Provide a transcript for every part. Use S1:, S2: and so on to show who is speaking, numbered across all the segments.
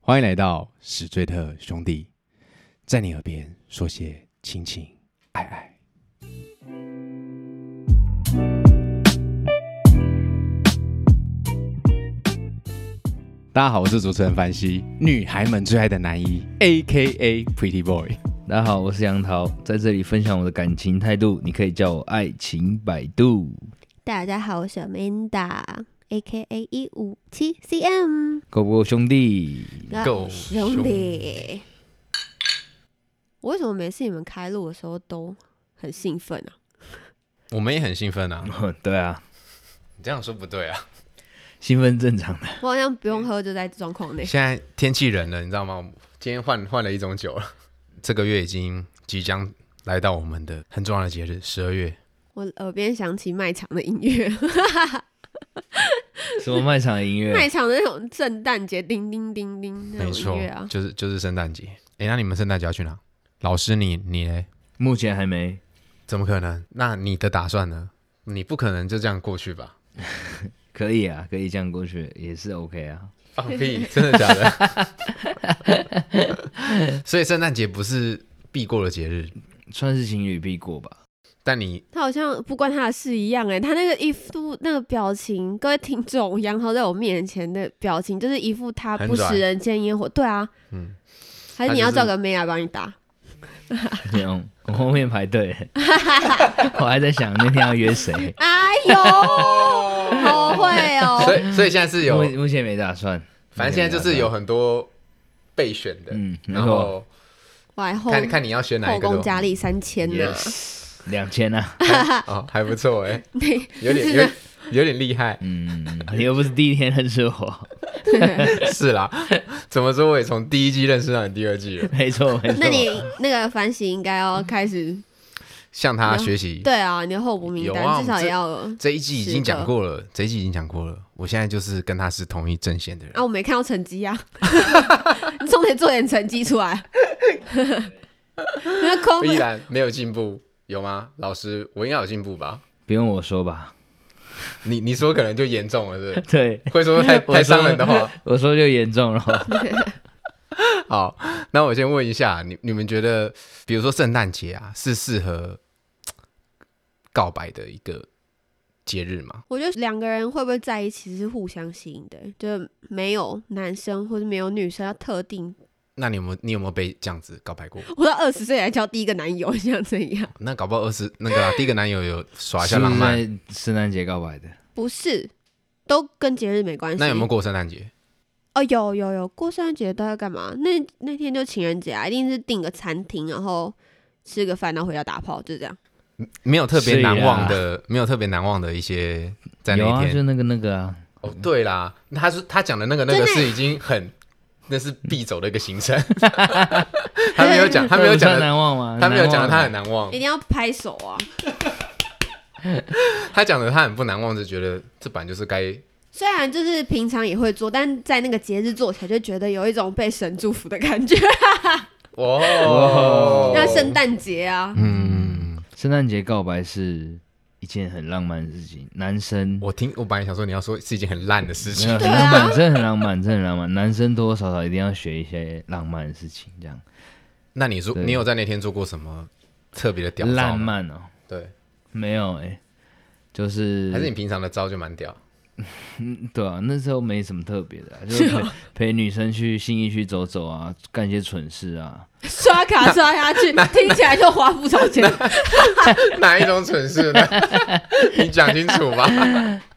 S1: 欢迎来到史最特兄弟，在你耳边说些亲情爱爱。大家好，我是主持人凡西，女孩们最爱的男一，A K A Pretty Boy。
S2: 大家好，我是杨桃，在这里分享我的感情态度，你可以叫我爱情百度。
S3: 大家好，我是 Minda，A K A 一五七 C M，啊
S2: 狗狗兄弟，
S1: 狗
S3: 兄弟。我为什么每次你们开录的时候都很兴奋啊？
S1: 我们也很兴奋啊！
S2: 对啊，
S1: 你这样说不对啊！
S2: 兴奋正常 的。
S3: 我好像不用喝就在状 况内。
S1: 现在天气冷了，你知道吗？今天换换了一种酒了。这个月已经即将来到我们的很重要的节日，十二月。
S3: 我耳边响起卖场的音乐，
S2: 什么卖场的音乐
S3: 卖？场的那种圣诞节叮叮叮叮那
S1: 没
S3: 种
S1: 错
S3: 音乐啊，。
S1: 就是就是圣诞节。哎、那你们圣诞节要去哪？老师你，你嘞？
S2: 目前还没，
S1: 怎么可能？那你的打算呢？你不可能就这样过去吧？
S2: 可以啊，可以这样过去也是 OK 啊。
S1: 放 屁！真的假的？ 所以圣诞节不是必过的节日，
S2: 算是情侣必过吧。
S1: 但你
S3: 他好像不关他的事一样哎、他那个一副那个表情，各位听众，杨桃在我面前的表情就是一副他
S1: 很
S3: 不
S1: 拽
S3: 食人间烟火。对啊，
S1: 嗯
S3: 还是你要
S1: 他就是
S3: 找个妹来帮你打？
S2: 这 样，我后面排队，我还在想那天要约谁，
S3: 哎呦，哦好 会
S1: 所
S3: 哦！
S1: 以所以现在是有
S2: 目，目前没打算。
S1: 反正现在就是有很多备选的，
S2: 嗯没错
S1: 然后
S3: 我还后
S1: 看看你要选哪一
S3: 后
S1: 个
S3: 宫
S1: 咯。
S3: 佳丽三千呢，
S2: 两千啊，
S1: 哦，还不错哎、
S3: 对，
S1: 有点有有点厉害，
S2: 嗯，你又不是第一天认识我，
S1: 是啦。怎么说？我也从第一季认识到你第二季了，
S2: 没错没错。
S3: 那你那个反省应该要开始，
S1: 向他学习。
S3: 对啊，你的候补名
S1: 有啊
S3: 单至少也要有。
S1: 这一季已经
S3: 是
S1: 讲
S3: 的
S1: 过了，这一季已经讲过了。我现在就是跟他是同一阵线的人。
S3: 啊，我没看到成绩啊， 你总得做点成绩出来。 那空
S1: 依然没有进步，有吗？老师，我应该有进步吧？
S2: 不用我说吧？
S1: 你你说可能就严重了，是不
S2: 对，
S1: 是？会说太
S2: 我 说
S1: 太伤人的话。
S2: 我说 就严重 了。
S1: 好，那我先问一下，你你们觉得，比如说圣诞节啊，是适合告白的一个节日吗？
S3: 我觉得两个人会不会在一起是互相吸引的，就是没有男生或者没有女生要特定，
S1: 那你有没有你有没有被这样子告白过？
S3: 我到二十岁才交第一个男友， 像这样。
S1: 那搞不好二十那个、啊、第一个男友有耍一
S2: 是
S1: 下
S2: 不
S1: 啊浪
S2: 是
S1: 漫，
S2: 在圣诞节告白的，
S3: 不是，都跟节日没关系。
S1: 那有没有过圣诞节？
S3: 哦，有有有，过圣诞节都要干嘛？那那天就情人节啊，一定是订个餐厅，然后吃个饭，然后回家打炮，就这样。
S1: 没有特别
S2: 是呀
S1: 难忘的，没有特别难忘的一些在那
S2: 有
S1: 一
S2: 啊，
S1: 天。
S2: 就那个那个啊，
S1: 哦，对啦，他是他讲的那个那个
S3: 真的
S1: 是已经很，那是必走的一个行 程。他没有讲，他没有讲的，
S2: 那不算难忘啊吗？
S1: 他没有讲的，
S2: 难
S1: 他
S2: 忘
S1: 很难忘
S3: 一。定要拍手啊！
S1: 他讲的他很不难忘，就觉得这版就是该
S3: 虽然就是平常也会做，但在那个节日做起来就觉得有一种被神祝福的感觉。
S1: 哦。
S3: 那圣诞节啊，
S1: 嗯，
S2: 圣诞节告白是一件很浪漫的事情，男生。
S1: 我听我本来想说你要说是一件很烂的事
S2: 没
S1: 情
S2: 有，很浪漫，真的很浪漫，真的很浪漫。男生多多少少一定要学一些浪漫的事情，这样
S1: 那你说
S2: 对
S1: 你有在那天做过什么特别的屌照
S2: 浪
S1: 吗？
S2: 漫哦、
S1: 对，
S2: 没有哎、就是
S1: 还是你平常的招就蛮屌。
S2: 嗯，对啊，那时候没什么特别的啊、就是陪 陪女生去信义区走走啊，干一些蠢事啊。
S3: 刷卡刷下去，听起来就花不少钱。
S1: 哪一种蠢事 呢？你讲清楚吧。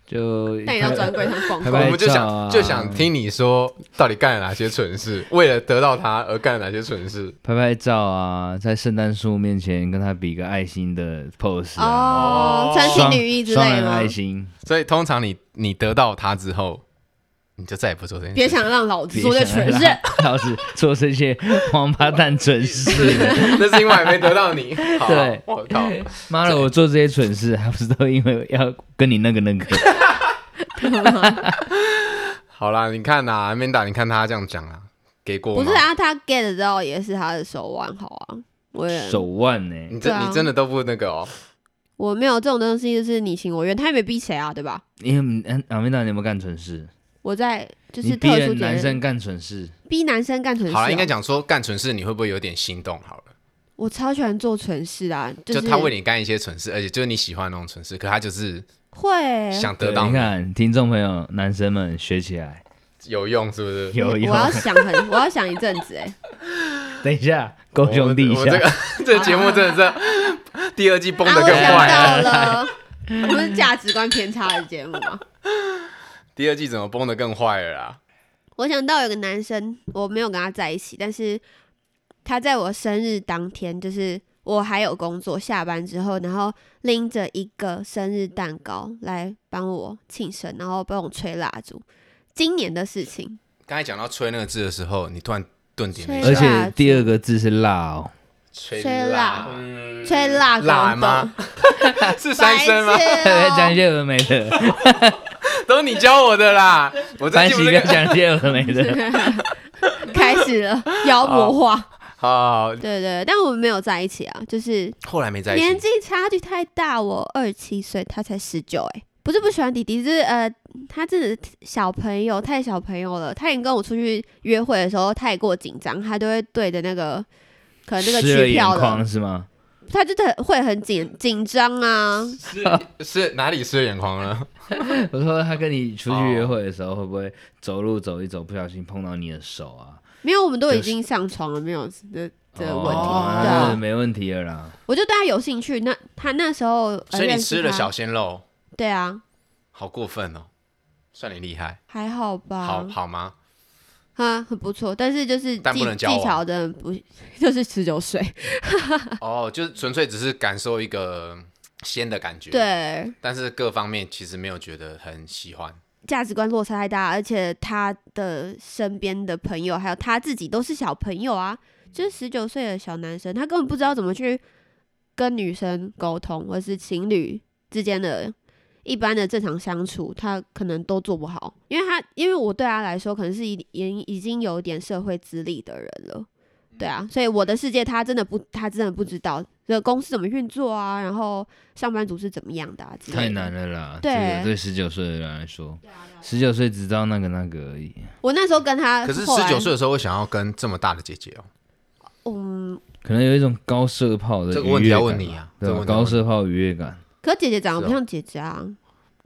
S2: 就
S3: 带你到专柜上逛
S2: 拍拍
S3: 逛，
S1: 我们就
S2: 照
S1: 想
S2: 啊
S1: 就想听你说，到底干了哪些蠢事？为了得到他而干了哪些蠢事？
S2: 拍拍照啊，在圣诞树面前跟他比个爱心的 pose 啊，
S3: 哦，穿情
S2: 双
S3: 侣衣之
S2: 双
S3: 类
S2: 人
S3: 吗
S2: 爱？心，
S1: 所以通常你你得到他之后，你就再也不做这件事。
S3: 别想让老子做这蠢 事。
S2: 事， 老是做这些王八蛋蠢 事。
S1: 那是因为还没得到你。好
S2: 对
S1: 我靠，
S2: 妈的，我做这些蠢事还不是都因为要跟你那个那个？
S1: 好啦，你看呐，Amanda，你看他这样讲啊，给过吗
S3: 不是，啊，他 get 到也是他的手腕好啊，我也
S2: 手腕呢、
S1: 你真、
S3: 对啊
S1: 你真的都不那个哦。
S3: 我没有这种东西，就是你情我愿，他也没逼谁啊，对吧？
S2: 嗯因为嗯，阿美娜，你有没有干蠢事？
S3: 我在就是
S2: 你逼
S3: 特殊
S2: 人
S3: 节
S2: 男
S3: 日
S2: 生干蠢事，
S3: 逼男生干蠢事、啊
S1: 好了，应该，讲说干蠢事，你会不会有点心动？好了，
S3: 我超喜欢做蠢事啊，
S1: 就是他为你干一些蠢事，而且就是你喜欢的那种蠢事，可他就是
S3: 会，
S1: 想得
S2: 对，
S1: 到
S2: 你
S1: 你
S2: 看听众朋友男生们学起来
S1: 有用，是不是？
S2: 有
S3: 我
S2: 用。
S3: 要想很，我 要想一阵子哎、
S2: 等一下，
S1: 哦
S2: 狗兄弟一
S1: 我
S2: 下
S1: 我，这个 这个节目真的是第二季崩的
S3: 啊，我
S1: 更坏了，
S3: 想到了，我们是价值观偏差的节目吗？
S1: 第二季怎么崩的更坏了啊啦？
S3: 我想到有个男生，我没有跟他在一起，但是他在我生日当天，就是我还有工作，下班之后，然后拎着一个生日蛋糕来帮我庆生，然后帮我吹蜡烛。今年的事情，
S1: 刚才讲到吹那个字的时候，你突然顿点
S3: 啊
S1: 了一
S2: 而
S1: 下，
S2: 且第二个字是辣哦，
S1: 吹
S3: 吹蜡
S1: 蜡，嗯
S3: 吹蜡烛
S1: 蜡吗？ 是
S3: 白
S1: 三
S3: 痴
S1: 声吗？
S2: 在讲一
S3: 哦
S2: 些有的没的，
S1: 都是你教我的啦， 我真
S2: 班
S1: 记
S2: 级
S1: 不
S2: 不
S1: 这
S2: 要
S1: 个。
S2: 讲一些有的没的。
S3: 开始了妖魔
S2: 哦
S3: 化，
S1: 好，
S3: 对对，但我们没有在一起啊，就是
S1: 后来没在
S3: 年
S1: 一起，
S3: 纪差距太大，我二十七岁，他才十九，哎，不是不喜欢弟弟，就是呃，他真的是小朋友，太小朋友了。他已经跟我出去约会的时候太过紧张，他就会对着那个 可能那个
S2: 湿了
S3: 取
S2: 眼
S3: 票
S2: 眶
S3: 的，
S2: 是吗？
S3: 他就很会很紧紧张啊。
S1: 是哪里湿眼眶 了？
S2: 我说他跟你出去约会的时候，会不会走路走一走，不小心碰到你的手啊？
S3: 没有，我们都已
S2: 就是
S3: 经上床了，没有这这个问题。
S2: 哦
S3: 对
S2: 那
S3: 啊，
S2: 没问题了啦。
S3: 我就对他有兴趣。那他那时候，呃
S1: 所以你
S3: 认识
S1: 吃了
S3: 他
S1: 小鲜肉，
S3: 对啊，
S1: 好过分哦！算你厉害，
S3: 还好吧？
S1: 好好吗？
S3: 啊，很不错，但是就是技
S1: 但不能交
S3: 技
S1: 往
S3: 巧真的不， 就是持久水。
S1: 哦，就是纯粹只是感受一个嗯鲜的感觉，。
S3: 对，
S1: 但是各方面其实没有觉得很喜欢，
S3: 价值观落差太大，而且他的身边的朋友还有他自己都是小朋友啊，就是十九岁的小男生，他根本不知道怎么去跟女生沟通，或是情侣之间的一般的正常相处，他可能都做不好，因为他因为我对他来说，可能是已已已经有点社会资历的人
S1: 嗯
S3: 了。对啊，所以我的世界他真的不，他真的不知道这个公司怎么运作啊，然后上班族是怎么样的啊之类的。
S2: 太难了啦，
S3: 对
S2: 这个对十九岁的人来说，十九岁只知道那个那个而已。
S3: 我那时候跟他，
S1: 可是
S3: 啊后
S1: 十
S3: 来
S1: 九岁的时候会想要跟这么大的姐姐哦，
S3: 嗯，
S2: 可能有一种高射炮的
S1: 这个问题要
S2: 愉悦
S1: 问
S2: 感
S1: 你啊
S2: 吧对
S1: 这个
S2: 吧？
S1: 问题要
S2: 高
S1: 问
S2: 射炮愉悦感，
S3: 可姐姐长得不
S1: 是哦
S3: 像姐姐啊。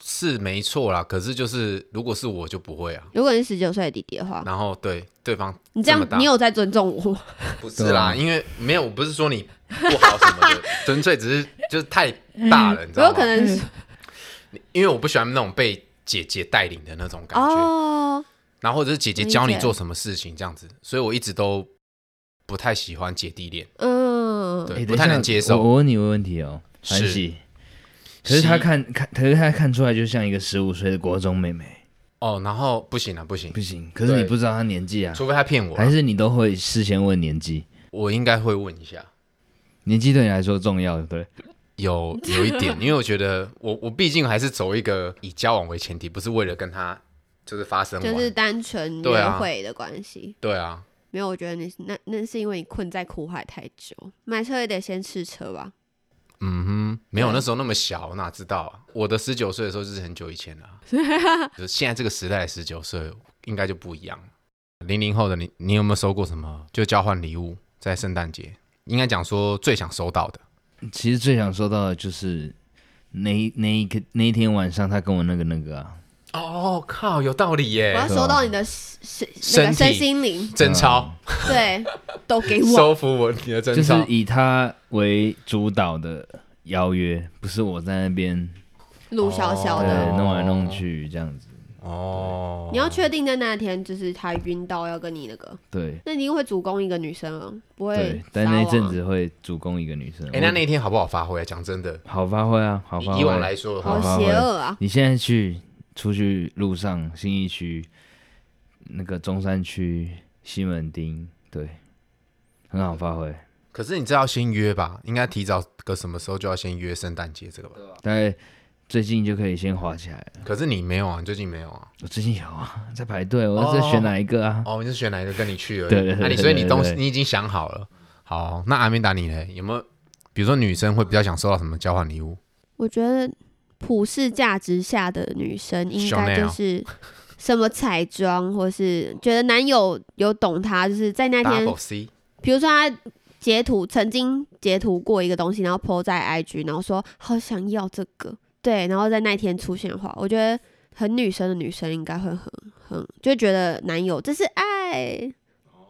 S1: 是没错啦。可是就是如果是我就不会啊。
S3: 如果你是十九岁的弟弟的话，
S1: 然后对对方
S3: 你这样
S1: 么大
S3: 你有在尊重我吗？
S1: 不是
S2: 对
S1: 啦，
S2: 啊
S1: 因为没有，我不是说你不好什么的， 纯粹只是就是太大了，你知道
S3: 我有
S1: 吗？
S3: 可能是
S1: 因为我不喜欢那种被姐姐带领的那种 感觉，
S3: 哦，
S1: 然后或者是姐姐
S3: 理
S1: 教你
S3: 解
S1: 做什么事情这样子，所以我一直都不太喜欢姐弟恋，
S3: 嗯，
S1: 对，
S2: 诶
S1: 不太能接受。
S2: 我我问哎你一个问题哦，
S1: 是
S2: 韩喜，可是他
S1: 是
S2: 看看，可是他看出来就像一个十五岁的国中妹妹，
S1: 哦，然后不行啊，不行
S2: 不，行。可是你
S1: 对
S2: 不知道她年纪啊，
S1: 除非他骗我啊，
S2: 还是你都会事先问年纪？
S1: 我应该会问一下。
S2: 年纪对你来说重要，对不对？
S1: 有有一点，因为我觉得我我毕竟还是走一个以交往为前提，不是为了跟他就是发生完。
S3: 就是单纯
S1: 对
S3: 约
S1: 啊
S3: 会的关系。
S1: 对啊，
S3: 没有，我觉得你那那是因为你困在苦海太久，买车也得先试车吧。
S1: 嗯哼，没有
S3: 对
S1: 那时候那么小，我哪知道啊？我的十九岁的时候就是很久以前了 啊、就是现在这个时代十九岁应该就不一样了。零零后的你，你有没有收过什么就交换礼物？在圣诞节，应该讲说最想收到的，
S2: 其实最想收到的就是那一那一个那一天晚上，他跟我那个那个啊，
S1: 哦靠，有道理
S3: 我
S1: 耶！
S3: 要收到你的身
S1: 啊
S3: 那
S1: 身
S3: 个
S1: 体
S3: 身心灵，
S1: 真钞，
S3: 对，都给 我。
S1: 收服我你的真
S2: 啊就是
S1: 钞，
S2: 以他为主导的邀约，不是我在那边
S3: 路小小
S1: 哦
S3: 的，
S2: 对弄来弄去这样子。
S1: 哦，
S3: 你要确定在那天就是他晕到要跟你那个，
S2: 对
S3: 那你一定会主攻一个女生啊，不会
S2: 对，但那一
S3: 撒网啊
S2: 阵子会主攻一个女生。
S1: 哎、那那一天好不好发挥啊？讲真的，
S2: 好发挥啊，好发
S1: 以
S2: 挥。
S1: 以往来说的话
S3: 好
S2: 好，吧
S3: 邪恶啊！
S2: 你现在去出去路上，新义区、那个中山区、西门町，对，很好发挥。
S1: 可是你知道先约吧？应该提早个什么时候就要先约圣诞节这个吧？
S2: 大概最近就可以先滑起来了。
S1: 可是你没有啊，你最近没有啊？
S2: 我最近有啊，在排队，我在选哪一个啊？
S1: 哦，你是选哪一个跟你去而已。
S2: 对对对
S1: 那你所以你东西
S2: 对对
S1: 你已经想好了。好，那阿明达你嘞有没有？比如说女生会比较想收到什么交换礼物？
S3: 我觉得普世价值下的女生应该
S1: Chanel
S3: 就是什么彩妆，或是觉得男友有懂她，就是在那天
S1: Double C，
S3: 比如说他截图曾经截图过一个东西，然后 PO 在 IG，然后说好想要这个，对，然后在那天出现的话，我觉得很女生的女生应该会很很就觉得男友这是爱，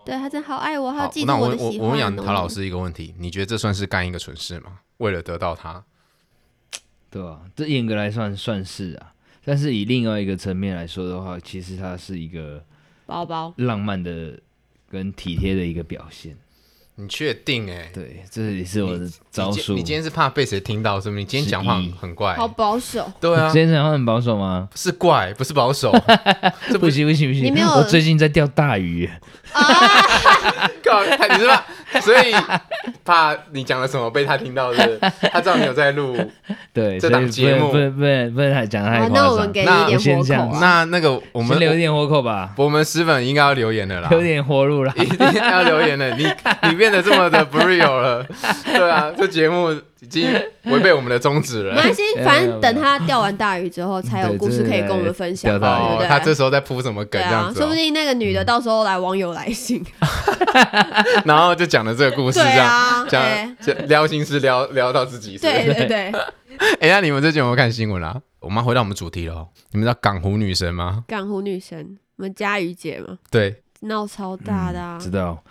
S3: 对他真好爱我，他
S1: 好
S3: 记，住
S1: 那我
S3: 的
S1: 问我
S3: 喜
S1: 我
S3: 欢
S1: 问
S3: 哦。
S1: 杨桃老师一个问题，你觉得这算是干一个蠢事吗？为了得到他，
S2: 对吧、这严格来算算是啊，但是以另外一个层面来说的话，其实它是一个
S3: 包包，
S2: 浪漫的跟体贴的一个表现。
S1: 你确定、欸？哎，
S2: 对，这也是我的招
S1: 你
S2: 数。啊
S1: 今你今天是怕被谁听到，是不是？你今天讲话
S2: 是
S1: 很
S2: 一
S1: 很怪、
S3: 好保守，
S1: 对啊
S2: 今，天讲话很保守吗？
S1: 是怪，不是保 守。这
S2: 不
S1: 不是
S2: 行不行不行！
S3: 你没有
S2: 我最近在钓大鱼，
S1: 靠，他你是怕， 所以怕你讲了什么被他听到是不是他知道你有在 录。
S2: 对，
S1: 这
S2: 所
S1: 档
S2: 以
S1: 节目
S2: 不能不能不能不能太讲得太
S3: 好
S2: 夸
S3: 那
S2: 张。
S3: 我们给你
S1: 那
S3: 一
S2: 我先
S3: 点
S2: 这
S3: 活
S2: 样
S3: 口啊，
S1: 那那个我
S2: 我
S1: 们
S2: 们留一点活口吧，
S1: 我们石粉应该要留言的啦，
S2: 留点活路啦。
S1: 一定要留言的。你你变得这么的不 real 了，对啊，这节目已经违背我们的宗旨
S3: 没
S1: 了。
S3: 关系，反正等他钓完大鱼之后，才有
S2: 对
S3: 故事
S2: 这
S3: 可以跟我们
S2: 来
S3: 分
S2: 钓
S3: 享
S2: 嗯
S3: 嘛，
S2: 大鱼
S3: 对啊
S1: 哦
S3: 不，对？
S1: 他这时候在铺什么梗
S3: 对
S1: 这样
S3: 啊，
S1: 子
S3: 说
S1: 哦
S3: 不，定那个女的到时候来网友来 信，
S1: 然后就讲了这个故事，
S3: 对
S1: 这样
S3: 啊，哎
S1: 讲讲撩心事撩撩到自己。是不是
S3: 对对对，
S1: 哎，那你们最近有没有看新闻啊？我们要回到我们主题喽。你们知道港湖女神吗？
S3: 港湖女神，我们佳瑜姐嘛，
S1: 对，
S3: 闹超大的啊
S1: 嗯
S2: 知，道，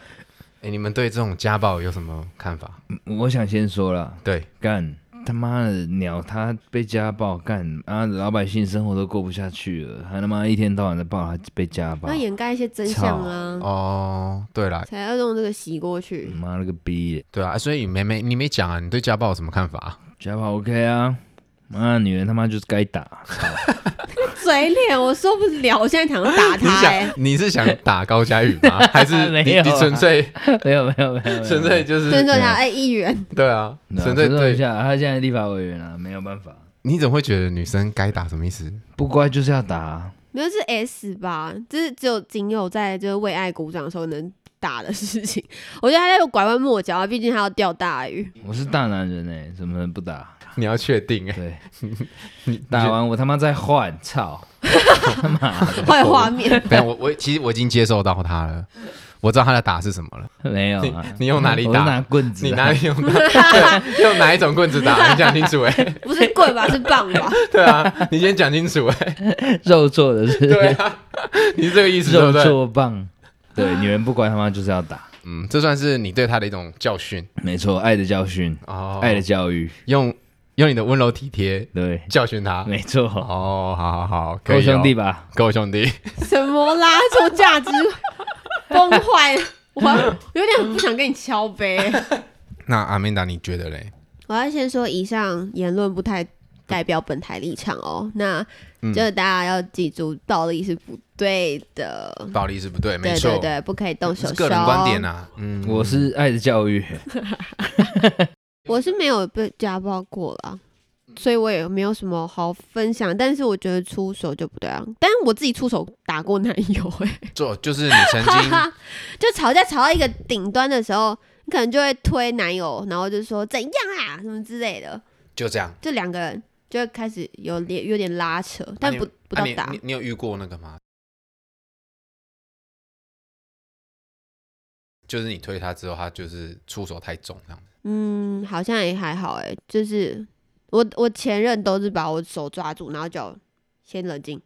S1: 哎，你们对这种家暴有什么看法？
S2: 我想先说了，
S1: 对，
S2: 干他妈的鸟，他被家暴，干妈的老百姓生活都过不下去了，还他妈一天到晚的报他被家暴
S3: 要，掩盖一些真相啊，
S1: 哦，对啦，
S3: 才要用这个洗过去。
S2: 妈了个逼，
S1: 对啊，所以梅梅，你没讲啊，你对家暴有什么看法 啊？
S2: 家暴 OK 啊，妈的女人他妈就是该 打，
S3: 嘴脸我受不了，我现在想要 打
S1: 你
S3: 她哎
S1: 想，你是想打高佳宇 吗？还是
S2: 没
S1: 你
S2: 有啊
S1: 你纯粹
S2: 没有没有没有没有，
S1: 纯粹就是
S3: 尊重一下哎议员，
S1: 对啊，
S2: 对啊
S1: 纯粹
S2: 尊重一
S1: 对？
S2: 下，他现在立法委员啊，没有办法，
S1: 你怎么会觉得女生该打什么意思？
S2: 不乖就是要打啊，
S3: 没有是 S 吧，这是只有仅有在就是为爱鼓掌的时候能打的事情。 我觉得她在拐弯抹角啊，毕竟她要钓 大鱼，
S2: 我是大男人哎，怎么能不打？
S1: 你要确定哎、
S2: 对，打完我他妈再换， 操！
S3: 坏画面。
S1: 等一下我我其实我已经接受到他了，我知道他的打是什么了。
S2: 没有啊
S1: 你，你用哪里
S2: 我是
S1: 打
S2: 拿棍子啊，
S1: 你哪里用哪对用哪一种棍子打？你讲清楚哎、
S3: 不是棍 吧，是棒吧？
S1: 对啊，你先讲清楚哎、
S2: 肉做的是不 是？
S1: 对啊，你是这个意思对
S2: 肉
S1: 不对？
S2: 做棒，对，女人不乖，他妈就是要打，
S1: 嗯，这算是你对他的一种教训
S2: 没错，爱的教训，
S1: 哦，
S2: 爱的教育，
S1: 用用你的温柔体贴
S2: 对，
S1: 教训他。
S2: 没错，
S1: 哦，好好好，可
S2: 够
S1: 以、哦，
S2: 兄弟，吧？
S1: 够兄弟。
S3: 什么啦？这种价值 崩坏了，我有点不想跟你敲 杯。
S1: 那阿明达，你觉得嘞？
S3: 我要先说，以上言论不太代表本台立场哦。那
S1: 嗯
S3: 就大家要记住，暴力是不对的，
S1: 暴力是不对，没
S3: 对
S1: 错，
S3: 对对，不可以动手
S1: 是
S3: 手。
S1: 个人观点啊。嗯，
S2: 我是爱的教育，
S3: 我是没有被家暴过啦，
S1: 嗯
S3: 所以我也没有什么好分享。但是我觉得出手就不对啊，但是我自己出手打过男友、欸，
S1: 做，就是你曾
S3: 哈
S1: 经
S3: 哈，就吵架吵到一个顶端的时候，你可能就会推男友，然后就说怎样啊什么之类的，
S1: 就这样，
S3: 就两个人就会开始有点有点拉扯，
S1: 啊
S3: 但
S1: 你
S3: 不、不到
S1: 啊你
S3: 打
S1: 你。你有遇过那个吗？就是你推他之后，他就是出手太重，这样
S3: 嗯，好像也还好哎、就是我我前任都是把我手抓住，然后叫我先冷静。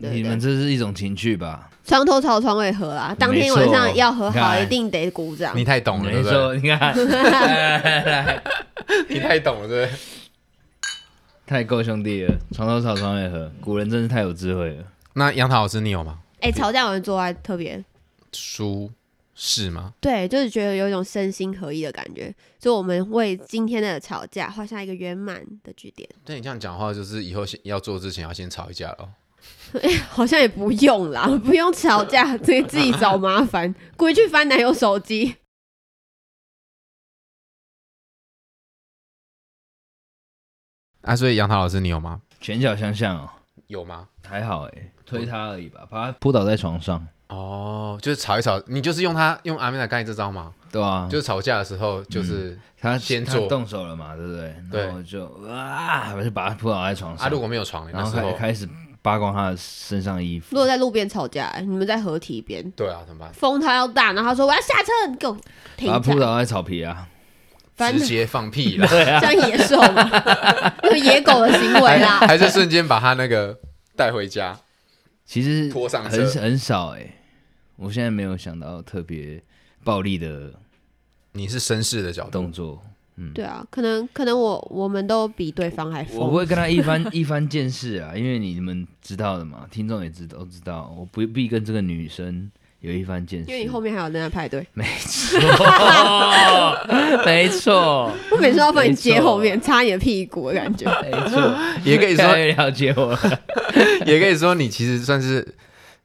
S3: 对
S2: 你们这是一种情趣吧？
S3: 床头吵床尾和啊，当天晚上要和
S2: 没错
S3: 好，
S2: 你看
S3: 一定得鼓掌
S1: 你。太懂了，对
S2: 没
S1: 不对？
S2: 错，你看，来来来来
S1: 你太懂了，对不对？
S2: 太够兄弟了，床头吵床尾和，古人真是太有智慧了。
S1: 那杨桃老师，你有吗？
S3: 哎、吵架完做爱特别
S1: 舒适吗？
S3: 对，就是觉得有一种身心合一的感觉，所以我们为今天的吵架画下一个圆满的句点。
S1: 对你这样讲话，就是以后先要做之前要先吵一架了。
S3: 好像也不用啦， 不用吵架，自己自己找麻烦， 故意去翻男友手机。
S1: 啊，所以杨桃老师，你有吗？
S2: 拳脚相向哦，
S1: 有吗？
S2: 还好哎，推他而已吧，把他扑倒在床上，
S1: 哦，就是吵一吵，你就是用他用阿米达干你这招吗？
S2: 对啊，
S1: 就是吵架的时候，
S2: 嗯
S1: 就是、
S2: 他
S1: 先
S2: 他
S1: 做
S2: 动手了嘛，对不对？
S1: 对
S2: 然后我就啊，我就把他扑倒在床上。
S1: 啊，如果没有床的
S2: 然
S1: 那
S2: 后
S1: 时
S2: 开
S1: 候，
S2: 开始扒光他的身上的衣服
S3: 如。果在路边吵架，你们在河堤边，
S1: 对啊，怎么办？
S3: 风他要大，然后他说我要下车，你给我停
S2: 把他扑
S3: 下，
S2: 倒在草皮啊！
S3: 反
S1: 直
S3: 正
S1: 接放屁啦，
S3: 像野兽嘛， 就是野狗的行为啦
S1: 还。还是瞬间把他那个带回家。
S2: 其实
S1: 拖上车
S2: 很很少哎、我现在没有想到特别暴力的
S1: 你是绅士的角度，
S2: 动作，
S3: 对啊，可能可能我我们都比对方还
S2: 我不。
S3: 疯
S2: 会跟他一番 一番见识啊，因为你们知道的嘛，听众也知都知道，我不必跟这个女生有一番见识。
S3: 因为你后面还有那家派对，
S2: 没 错，没错，
S3: 我每次都要帮你接
S2: 没错
S3: 后面，擦你的屁股的感觉。
S2: 没错，
S1: 也可以
S2: 越来
S1: 说，
S2: 越了解我了。
S1: 也可以说你其实算是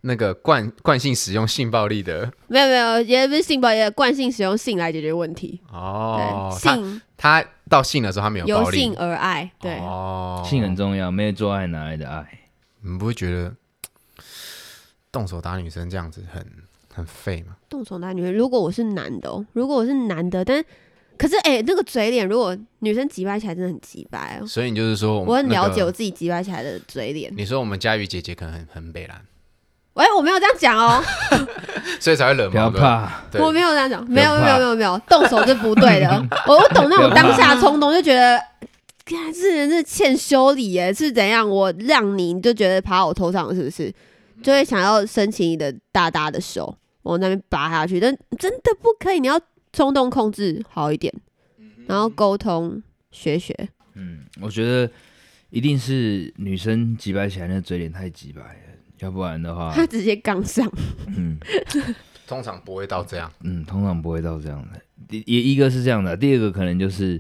S1: 那个惯惯性使用性暴力的
S3: 没有没有，也不是性暴力，惯性使用性来解决问题。
S1: 哦
S3: 对，。
S1: 他
S3: 性
S1: 他到性的时候他没有暴
S3: 由
S1: 力
S3: 性，而爱，对，
S1: 哦，
S2: 性很重要，没有做爱哪来的爱？
S1: 你不会觉得动手打女生这样子很很废吗？
S3: 动手打女人。如果我是男的、哦，如果我是男的，但可是哎、那个嘴脸，如果女生挤掰起来，真的很挤掰哦。
S1: 所以你就是说我们
S3: 我很了解
S1: 那
S3: 我
S1: 个
S3: 自己挤掰起来的嘴脸。
S1: 你说我们佳瑜姐姐可能很很北蓝，
S3: 喂、我没有这样讲哦，
S1: 所以才会惹
S2: 不要
S1: 毛。
S2: 怕，
S1: 对不对，
S3: 我没有这样讲，没有
S2: 不
S3: 没
S2: 要怕
S3: 有没有没有没有，动手是不 对的。我我懂那种
S2: 不要怕
S3: 当下冲动，就觉得。看这人是欠修理耶，是怎样？我让你你就觉得爬我头上了是不是？就会想要伸起你的大大的手往那边拔下去，但真的不可以，你要冲动控制好一点，然后沟通学学。
S2: 嗯，我觉得一定是女生挤白起来那嘴脸太挤白了，要不然的 话，
S3: 他直接杠上，
S2: 嗯。
S1: 通常不会到这样。
S2: 嗯，通常不会到这样的。第一一个是这样的，啊第二个可能就是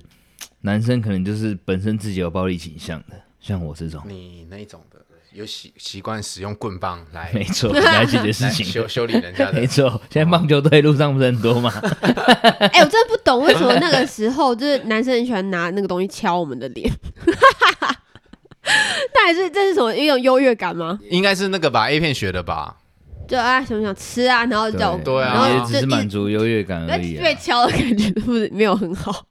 S2: 男生可能就是本身自己有暴力倾向的，像我这种，
S1: 你那种的有习习惯使用棍棒来
S2: 没 错，来解决事
S1: 来
S2: 情
S1: 修
S2: 的。
S1: 修理人家
S2: 没
S1: 的，
S2: 错，现在棒球队路上不是很多 吗？
S3: 哎、我真的不懂为什么那个时候就是男生很喜欢拿那个东西敲我们的脸， 那还是这是什么一种优越感吗？
S1: 应该是那个吧 A 片学的吧？
S3: 就啊想不想吃啊，然后叫我
S1: 对啊
S3: 然后
S2: 也
S3: 就
S2: 只是
S3: 一
S2: 满足优越感而已、
S3: 被
S2: 啊。
S3: 被敲的感觉不是没有很好，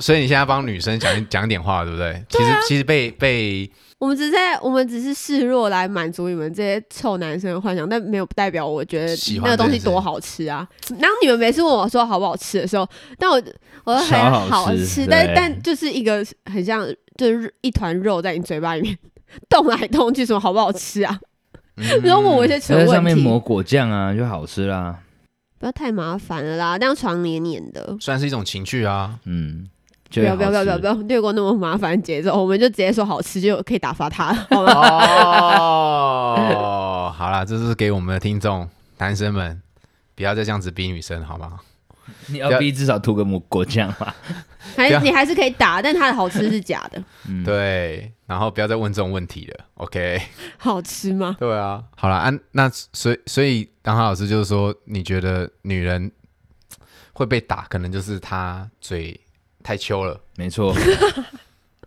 S1: 所以你现在帮女生讲讲点话，对不对？其实
S3: 啊
S1: 其实被被
S3: 我们只是在我们只是示弱来满足你们这些臭男生的幻想，但没有代表我觉得
S1: 喜欢
S3: 那个东
S1: 这
S3: 西
S1: 件事
S3: 多好吃啊。然后你们每次问我说好不好吃的时候，但我我都
S2: 超
S3: 很
S2: 好吃
S3: 吃，但
S2: 对
S3: 但就是一个很像就是一团肉在你嘴巴里面 动来动去，什么好不好吃啊？
S1: 嗯
S3: 然后问我一些
S2: 就
S3: 蠢
S2: 在上
S3: 问
S2: 面
S3: 题，
S2: 抹果酱啊，就好吃啦。
S3: 不要太麻烦了啦，那样床黏黏的。
S1: 算是一种情趣啊。
S2: 嗯，
S3: 不
S2: 就
S3: 要不要不要不要不要略过那么麻烦的节奏，我们就直接说好吃就可以打发他了，好 吗？
S1: 哦， 好啦，这是给我们的听众男生们，不要再这样子逼女生好吗？
S2: 你要逼至少涂个抹果酱啊吧。
S3: 还
S1: 不
S3: 是
S1: 要
S3: 你还是可以打，但它的好吃是假的，
S2: 嗯，，
S1: 对，然后不要再问这种问题了，OK？
S3: 好吃吗？
S1: 对啊，好啦，啊，那所以所以杨浩老师就是说，你觉得女人会被打，可能就是她嘴太秋了。
S2: 没错，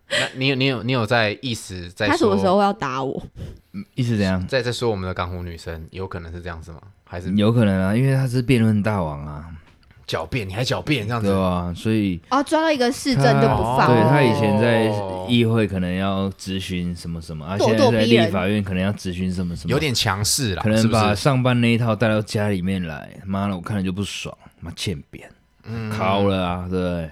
S1: 那你有你有你有在意识在
S3: 他什么
S1: 说
S3: 时候要打我？
S2: 意思怎样？
S1: 在在说我们的港湖女生有可能是这样子吗？还是
S2: 有可能啊，因为他是辩论大王啊，
S1: 狡辩？你还狡辩这样
S2: 对
S1: 子？
S2: 啊，所以
S3: 哦，抓到一个市政
S2: 他
S3: 就不放。
S2: 对他以
S3: 哦
S2: 前在
S1: 哦
S2: 议会可能要咨询什么什么，啊，
S3: 咄
S2: 现在
S3: 咄
S2: 在
S3: 逼
S2: 立
S3: 人
S2: 法院可能要咨询什么什么，
S1: 有点强势啦，
S2: 可能
S1: 是不
S2: 把
S1: 是？
S2: 上班那一套带到家里面来，妈的，我看了就不爽，妈欠扁，
S1: 嗯
S2: 敲了啊，对不对？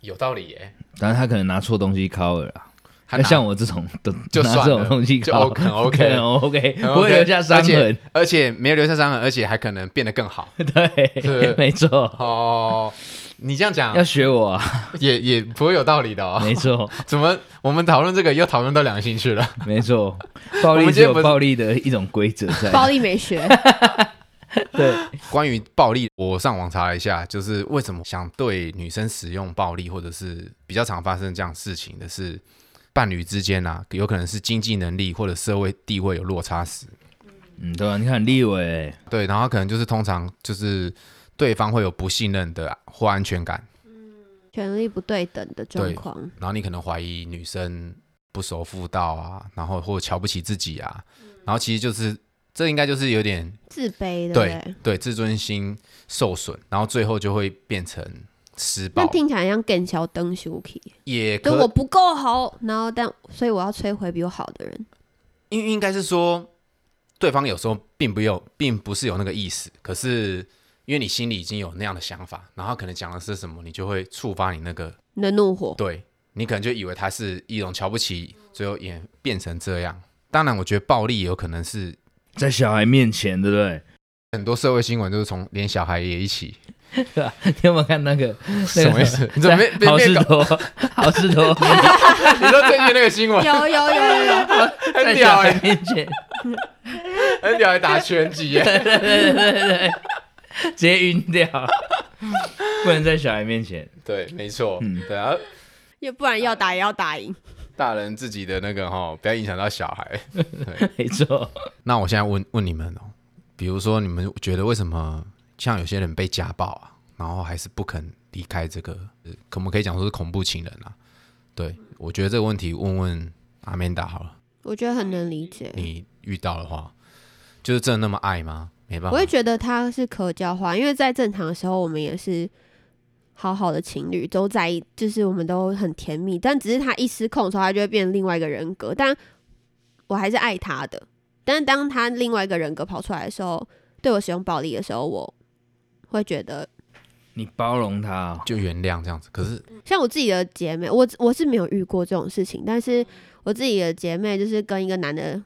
S1: 有道理耶、
S2: 但是他可能拿错东西敲了啊，
S1: 他
S2: 那
S1: 拿
S2: 像我这种都
S1: 就
S2: 拿
S1: 算
S2: 这种
S1: 了
S2: 东西
S1: 就
S2: 敲，
S1: OK- 很 OK
S2: 很 OK，
S1: 很
S2: 不会
S1: OK，
S2: 留下伤
S1: 而且
S2: 痕，
S1: 而且没有留下伤痕，而且还可能变得更 好。
S2: 对
S1: 是，
S2: 没错，
S1: 哦，你这样讲
S2: 要学我啊，
S1: 也也不会有道理的 哦。
S2: 没错，
S1: 怎么我们讨论这个又讨论到良心去了？
S2: 没 错，暴
S1: 我
S2: 力
S1: 们
S2: 是
S1: 今天
S2: 有
S1: 不是
S2: 暴力的一种规则在，
S3: 暴力美 学，
S2: 对，
S1: 关于暴力，我上网查了一下，就是为什么想对女生使用暴力，或者是比较常发生这样事情的是，伴侣之间啊，有可能是经济能力或者社会地位有落差时，
S2: 嗯，对啊，你看立伟。
S1: 对，然后可能就是通常就是对方会有不信任的或安全感，
S3: 权力不对等的状况，
S1: 然后你可能怀疑女生不守妇道啊，然后或瞧不起自己啊，
S3: 嗯
S1: 然后其实就是这应该就是有点
S3: 自卑的。
S1: 对对自尊心受损，然后最后就会变成施
S3: 那
S1: 暴，
S3: 听起来像更小灯修 k
S1: 也
S3: 跟
S1: 可
S3: 我不够好，然后但所以我要摧毁比我好的人。
S1: 因为应该是说，对方有时候并不有，并不是有那个意思，可是因为你心里已经有那样的想法，然后可能讲的是什么，你就会触发你那个，
S3: 你的怒 火，
S1: 对你可能就以为他是一种瞧不起，
S3: 嗯
S1: 最后也变成这样。当然，我觉得暴力有可能是
S2: 在小孩面前，对不对？
S1: 很多社会新闻，就是从连小孩也一起，
S2: 你有没有看那个？那
S1: 什
S2: 个
S1: 么意思？你怎么没
S2: 在好事
S1: 没搞？
S2: 多，好事多
S1: 你说最近那个 新闻
S3: 有有有有有，
S1: 很
S2: 在
S1: 屌
S2: 小
S1: 哎、
S2: 孩面前，
S1: 很屌哎、打拳击耶、
S2: 对对对对对，直接晕掉， 不能在小孩面前。
S1: 对，没错，
S2: 嗯
S1: 对啊，
S3: 也不然要打也要打赢。
S1: 大人自己的那个哈，不要影响到小孩。
S2: 没错，
S1: 那我现在问问你们哦，比如说你们觉得为什么像有些人被家暴啊，然后还是不肯离开这个，呃可不可以讲说是恐怖情人啊？对，我觉得这个问题问问阿曼达好了，
S3: 我觉得很能理解，
S1: 你遇到的话，就是真的那么爱吗？没办
S3: 我
S1: 法
S3: 会，觉得他是可交换，因为在正常的时候我们也是好好的情侣，都在一就是我们都很甜蜜，但只是他一失控的时候，他就会变成另外一个人格，但我还是爱他的。但是当他另外一个人格跑出来的时候，对我使用暴力的时候，我会觉得
S2: 你包容他哦、
S1: 就原谅这样子。可是
S3: 像我自己的姐妹，我我是没有遇过这种事情，但是我自己的姐妹就是跟一个男的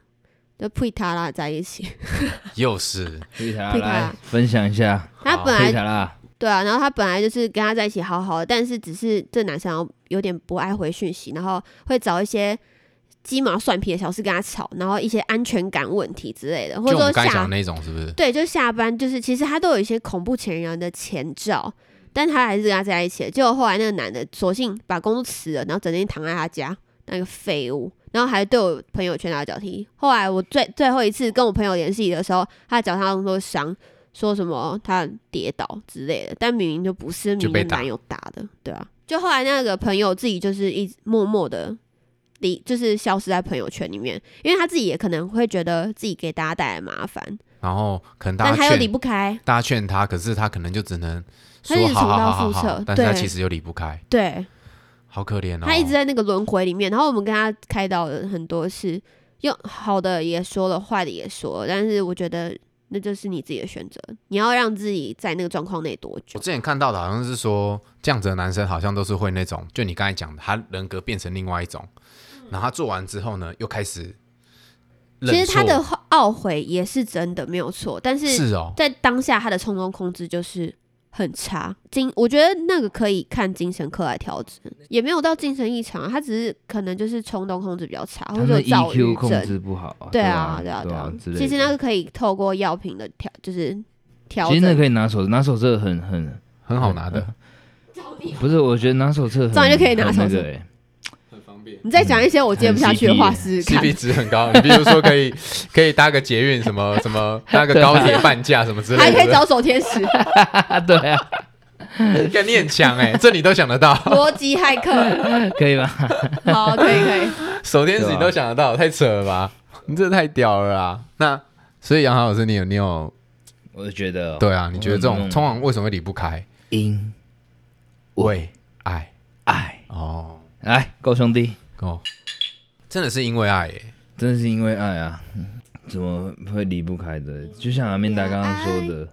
S3: 就呸他啦在一起，
S1: 又是
S2: 佩塔
S3: 佩塔
S2: 来分享一下，
S3: 他
S1: 好
S3: 本来
S2: 佩塔啦，
S3: 对啊，然后他本来就是跟他在一起好好的，但是只是这男生有点不爱回讯息，然后会找一些鸡毛蒜皮的小事跟他吵，然后一些安全感问题之类的，或
S1: 就
S3: 者
S1: 我
S3: 说
S1: 们刚才讲
S3: 下
S1: 的那种，是不是？
S3: 对，就下班就是其实他都有一些恐怖情人的前兆，但他还是跟他在一起了。结果后来那个男的索性把工作辞了，然后整天躺在他家，那个废物，然后还对我朋友拳打脚踢。后来我最最后一次跟我朋友联系的时候，他的脚上都是伤，说什么他跌倒之类的，但明明就不是，
S1: 就
S3: 明
S1: 被
S3: 明
S1: 打
S3: 男友打的，对啊。就后来那个朋友自己就是一直默默的离，就是消失在朋友圈里面，因为他自己也可能会觉得自己给大家带来麻烦，
S1: 然后可能大
S3: 但
S1: 家
S3: 他又离
S1: 劝
S3: 不开，
S1: 大家劝他，可是他可能就只能
S3: 他一
S1: 说
S3: 直
S1: 好
S3: 重
S1: 好
S3: 蹈
S1: 好好
S3: 覆
S1: 好
S3: 辙，
S1: 但是他
S3: 对
S1: 其实又离不开，
S3: 对
S1: 好可怜哦。
S3: 他一直在那个轮回里面。然后我们跟他开导了很多事，用好的也说了，坏的也说了，但是我觉得那就是你自己的选择，你要让自己在那个状况内多
S1: 我
S3: 久？
S1: 之前看到的好像是说，这样子的男生好像都是会那种，就你刚才讲的，他人格变成另外一种，然后他做完之后呢，又开始认
S3: 其实他的
S1: 错
S3: 懊悔也是真的没有错，但是
S1: 是哦，
S3: 在当下他的冲动控制就是。很差，精我觉得那个可以看精神科来调整，也没有到精神异常啊，他只是可能就是冲动控制比较差，
S2: 他
S3: 或
S2: 们
S3: 者
S2: 的
S3: 有哦躁郁
S1: E
S2: EQ
S3: 症。
S2: 控制不好、
S3: 对
S2: 啊
S3: 啊，，对啊，对
S2: 啊
S3: 啊。
S2: 之类
S3: 其实那
S2: 的
S3: 个可以透过药品的调，就是调
S2: 其实那
S3: 整，
S2: 可以拿手，拿手册很很
S1: 很好 拿的，
S2: 不是，我觉得拿手册很
S3: 这样啊就可以拿
S2: 很
S3: 手
S2: 那
S3: 册
S2: 个欸
S1: 很方便。
S3: 你再讲一些我接不下去的话
S2: 很 CP
S3: 试试看。
S1: CP 值很高，你比如说可以 可以搭个捷运什么什么，搭个高铁半价什么
S2: 嗯
S1: 之类
S3: 还
S1: 的，
S3: 可以找手天使、
S2: 啊，对啊，
S1: 干 你很强哎，这你都想得到，
S3: 逻辑骇客，
S2: 可以吧？
S3: 好，可以可以。
S1: 手天使你都想得到，太扯了 吧？你这太屌了啦！那所以杨豪老师，你有你有
S2: 我觉得哦
S1: 对啊？你觉得这
S2: 我
S1: 种
S2: 们
S1: 通常为什么会离不开？
S2: 因
S1: 为爱
S2: 爱
S1: 哦。
S2: 来够兄弟，
S1: 哦，真的是因为爱耶，
S2: 真是因为爱啊，怎么会离不开的？就像阿面达刚刚说的，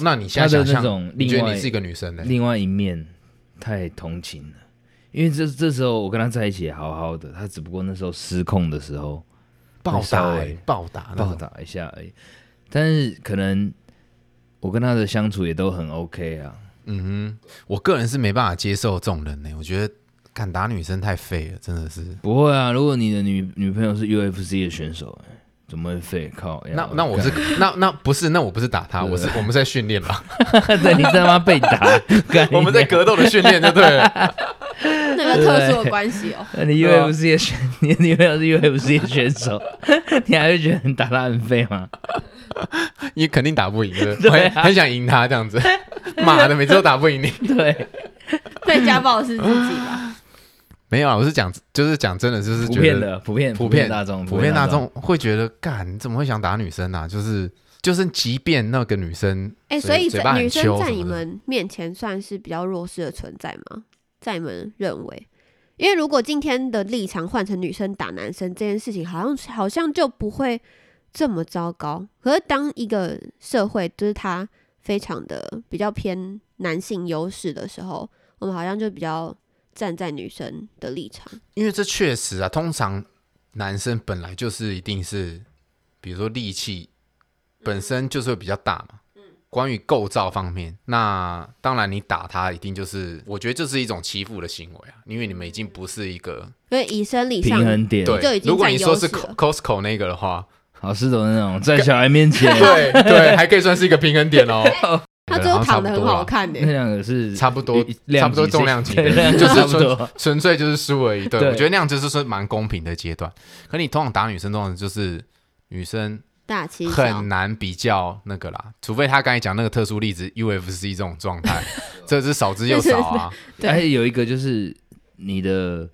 S1: 那你现
S2: 他
S1: 在
S2: 的
S1: 想
S2: 那
S1: 象，
S2: 种
S1: 你
S2: 另
S1: 觉得
S2: 外
S1: 你是一个女生呢？
S2: 另外一面太同情了，因为这这时候我跟他在一起也好好的，他只不过那时候失控的时候
S1: 暴
S2: 稍
S1: 打耶
S2: 微
S1: 暴打欸啊那
S2: 暴
S1: 种，
S2: 打一下而已，但是可能我跟他的相处也都很 OK 啊，
S1: 嗯哼，我个人是没办法接受这种人呢，我觉得敢打女生太废了，真的是。
S2: 不会啊，如果你的女女朋友是 UFC 的选手、哎怎么会废？靠！
S1: 那那我是那那不是那我不是打她，我是我们是在训练 吧，
S2: 看 对，你他妈被 打，干你
S1: 我们在格斗的训练就对了。
S3: 那个特殊的关系 哦、
S2: 那你
S1: 对啊
S2: UFC 的选，你女朋友是 UFC 的选手， 你还会觉得你打他很废 吗？
S1: 你肯定打不赢的，
S2: 对啊
S1: 我很很想赢她这 样子。妈的，每次都打不赢你。
S2: 对，
S3: 最家暴的是自己吧？
S1: 没有啊，我是讲就是讲真的，就是
S2: 普
S1: 觉得
S2: 遍的，普遍
S1: 普遍
S2: 大众，
S1: 普遍大众会觉得，干你怎么会想打女生啊？就是就是，即便那个女生，
S3: 哎、所以
S1: 嘴
S3: 在
S1: 巴很
S3: 女
S1: 秋
S3: 生在
S1: 什么
S3: 你
S1: 的
S3: 们面前算是比较弱势的存在吗？在你们认为？因为如果今天的立场换成女生打男生这件事情，好像好像就不会这么糟糕。可是当一个社会就是它非常的比较偏男性优势的时候，我们好像就比较站在女生的立场。
S1: 因为这确实啊，通常男生本来就是一定是，比如说力气本身就是会比较大嘛。关于构造方面，那当然你打他一定就是，我觉得这是一种欺负的行为啊，因为你们已经不是一个
S3: 因为以生理
S2: 平
S3: 上，
S2: 衡点，
S3: 就已
S1: 对。
S3: 经
S1: 如果你
S3: 占
S1: 说
S3: 优
S1: 是
S3: 势
S1: Co-
S3: 了
S1: Costco 那个的话，
S2: 好事多那种，在小孩面 前
S1: 对对，还可以算是一个平衡点 哦。
S3: 他最后
S1: 好像差
S3: 躺
S1: 不
S3: 的
S1: 多啊
S3: 很
S1: 啦
S3: 好看呢、欸
S2: 那两个是
S1: 差不多
S2: 一量
S1: 差不多
S2: 级是
S1: 重量级的
S2: 对量级
S1: 就是
S2: 差不多。
S1: 纯粹就是输而已。对，
S2: 对
S1: 我觉得那样就是说蛮公平的阶段。可你通常打女生，通常就是女生
S3: 大欺小
S1: 很，难比较那个啦，除非她刚才讲那个特殊例子 UFC 这种状 态，这是少之又少啊。
S3: 对
S2: 而且哎有一个就是你的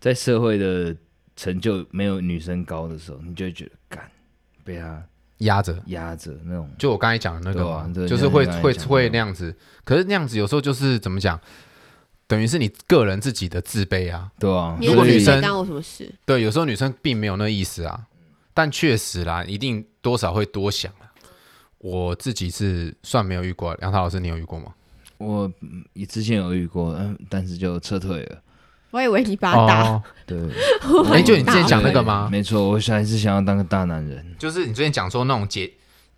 S2: 在社会的成就没有女生高的时候，你就会觉得干被她
S1: 压着，
S2: 压着那种。
S1: 就我刚才讲的那个嘛，
S2: 对啊对
S1: 就是会
S2: 你刚才
S1: 会
S2: 讲的
S1: 会那样子。可是那样子有时候就是怎么讲，等于是你个人自己的自卑啊。
S2: 对啊，
S3: 你
S1: 如果
S2: 所以
S1: 女生
S3: 干我什么事？
S1: 对，有时候女生并没有那意思啊，但确实啦，一定多少会多想啊。我自己是算没有遇过，杨涛老师，你有遇过吗？
S2: 我嗯之前有遇过，嗯，但是就撤退了。
S3: 我以为你把他打，
S1: 哦，
S2: 对，
S1: 哎就你之前
S3: 打
S1: 讲那个吗
S2: 没错，我还是想要当个大男人。
S1: 就是你之前讲说那种姐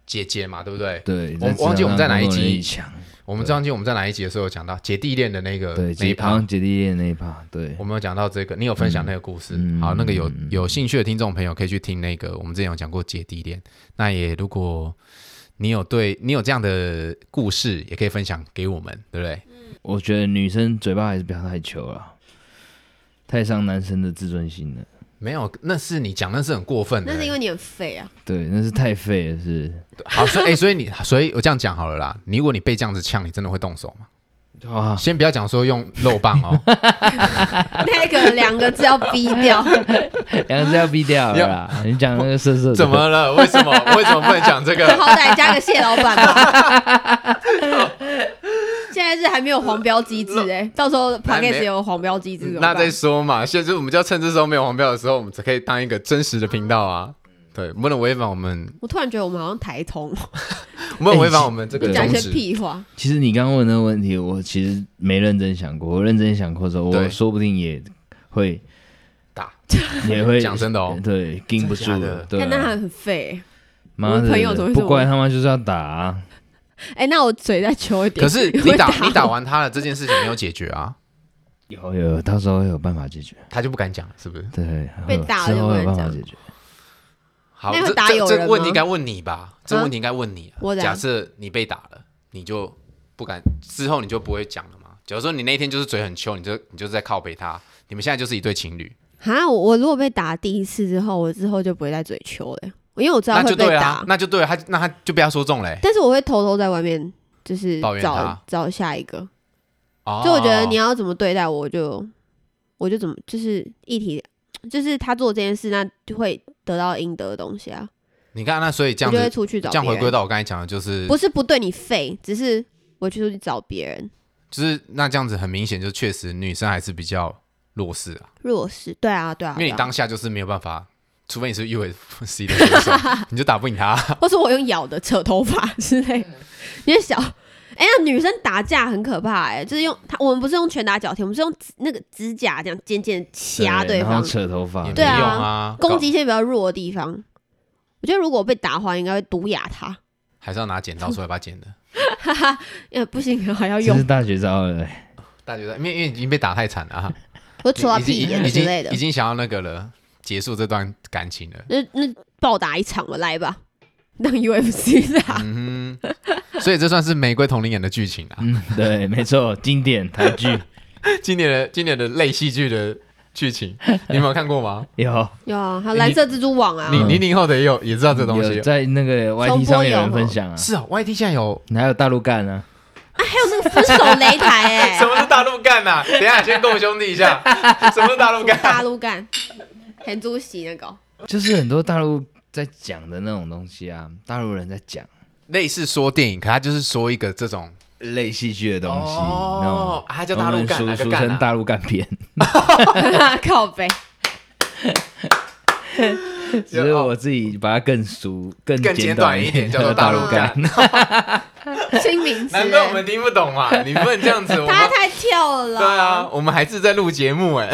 S1: 姐姐嘛，对不对？
S2: 对，
S1: 我忘记我们在哪一集
S2: 讲，
S1: 我们上期我们在哪一集的时候有讲到姐弟恋的那个
S2: 对，
S1: 呃那一
S2: 姐好
S1: 趴
S2: 像，姐弟恋那一趴，对
S1: 我，们有讲到这个，你有分享那个故事。
S2: 嗯嗯
S1: 好，那个有
S2: 嗯
S1: 有兴趣的听众朋友可以去听那个，我们之前有讲过姐弟恋。那也如果你有对你有这样的故事，也可以分享给我们，对不对？
S2: 我觉得女生嘴巴还是不要太求了，太伤男生的自尊心了。
S1: 没有，那是你讲，那是很过分的、
S3: 那是因为你很废啊。
S2: 对，那是太废了，是
S1: 好，所以、诶所以你，所以我这样讲好了啦。你如果你被这样子呛，你真的会动手吗？
S2: 哇，
S1: 先不要讲说用肉棒哦，
S3: 那个两个字要逼掉，
S2: 两个字要逼掉了啦。你讲那个色色的
S1: 怎？么了？为什么？为什么不能讲 这个？
S3: 好歹加个谢老板吧。 现在是还没有黄标机制哎、到时候 p
S1: 那
S3: o c
S1: 没嗯
S3: a s t 有黄标机制怎么
S1: 那
S3: 办？
S1: 再说嘛，现在就我们就要趁这时候没有黄标的时候，我们才可以当一个真实的频道啊。对，不能违反我们，
S3: 我突然觉得我们好像台通，
S1: 不能违反我们这个
S2: 对
S3: 哎讲
S1: 宗
S3: 一些
S1: 旨。
S3: 屁话。
S2: 其实你刚刚问那个问题，我其实没认真想过。我认真想过之后，
S1: 对
S2: 我说不定也会
S1: 打，
S2: 也会
S1: 讲真的哦
S2: 对，禁不住
S1: 真的假的
S2: 了，对
S3: 但那
S2: 啊。
S3: 还很废
S2: 妈
S3: 我
S2: 的
S3: 朋友怎么会，这么
S2: 不乖他妈就是要打啊！
S3: 哎、欸那我嘴再求一点。
S1: 可是
S3: 因
S1: 你
S3: 为
S1: 打
S3: 我
S1: 你打完他了，这件事情没有解决啊，
S2: 有有，到时候会有办法解决。
S1: 他就不敢讲，是不是？
S2: 对，
S3: 被打了
S2: 之后会
S3: 就不能
S2: 有办法
S3: 讲
S2: 解决。
S1: 好，
S3: 那会
S1: 这
S3: 打
S1: 这
S3: 有
S1: 这
S3: 人
S1: 个问题
S3: 吗
S1: 应该问你吧？这个问题应该问你啊。
S3: 我怎
S1: 假
S3: 样
S1: 设你被打了，你就不敢，之后你就不会讲了嘛？假如说你那天就是嘴很臭，你就你就是在靠北他，你们现在就是一对情侣，
S3: 哈，我我如果被打第一次之后，我之后就不会再嘴求了，因为我知道
S1: 那
S3: 啊会
S1: 就
S3: 被
S1: 对
S3: 打
S1: 啦，，那就对啊了，他那他就被他说中嘞、
S3: 但是我会偷偷在外面就是
S1: 抱怨
S3: 找
S1: 他
S3: 找下一个。
S1: 哦
S3: 就我觉得你要怎么对待我，我就我就怎么就是一体，就是他做这件事，那就会得到应得的东西啊。
S1: 你看那所以这
S3: 我
S1: 样
S3: 就会
S1: 子，
S3: 出去找
S1: 这
S3: 别
S1: 样
S3: 人，
S1: 回归到我刚才讲的，就是
S3: 不是不对你废，只是我去出去找别人
S1: 就是那这样子很明显，就确实女生还是比较弱势啊，
S3: 弱势。对啊，对啊，
S1: 因为你
S3: 对啊
S1: 当下就是没有办法。除非你是 UFC 的选 手，你就打不赢他。
S2: 啊
S3: 或是我用咬的扯头发之类的，因为小。 哎、呀，女生打架很可怕哎、就是用她，我们不是用拳打脚踢，我们是用指那个指甲这样尖尖地掐
S2: 对
S3: 对
S2: 然
S3: 方
S2: 后，扯头发
S1: 也，没
S3: 对啊
S1: 用啊，
S3: 攻击一些比较弱的地方。我觉得如果被打的话，应该会毒哑他。
S1: 还是要拿剪刀出来把它 剪的。
S3: 呃，不行， 还要
S2: 这
S3: 用
S2: 是大绝招了。
S1: 大家觉得，因为因为已经被打太惨了 啊，
S3: 我戳到屁
S1: 已经
S3: 眼
S1: 已
S3: 之
S1: 经
S3: 类的
S1: 已，经想要那个了，结束这段感情了。
S3: 那那暴打一场我来吧，当 UFC 打。
S1: 嗯哼，所以这算是玫瑰同龄眼的剧 情啊。
S2: 嗯， 对，没错，经典台剧
S1: 今年的今年的类戏剧的剧 情，你有没有看过吗？
S2: 有。
S3: 有啊，还有蓝色蜘蛛网啊，
S1: 零零零后的也有也知 道这东
S2: 有
S1: 西。
S2: 在那个
S3: 重
S2: YT
S3: 播
S2: 上面有
S3: 有
S2: 人
S3: 吗
S2: 分享啊，
S1: 是啊，YT 现在有
S2: 还有大陆干啊，
S3: 还有那个分手擂 台哎、
S1: 什么是大陆干呐？等一下先跟我兄弟一 下，什么是大陆
S3: 大
S1: 干？啊
S3: 陆干，很主席那个。
S2: 就是很多大陆在讲的那种东西啊，大陆人在讲，
S1: 类似说电影，可他就是说一个这种
S2: 类戏剧的东西，
S1: 哦
S2: 那种
S1: 啊叫大陆
S2: 我们
S1: 干
S2: 俗
S1: 哪个
S2: 俗
S1: 干啊
S2: 称大陆干片，
S3: 靠背，
S2: 只是我自己把它更俗、更
S1: 更简短一
S2: 一
S1: 点，叫做大
S2: 大
S1: 陆干。
S2: 干。
S3: 新名词
S1: 难怪我们听不懂嘛， 你不能这样子。我
S3: 他
S1: 们
S3: 太跳了啦。
S1: 对啊，，我们还是在录节目 哎，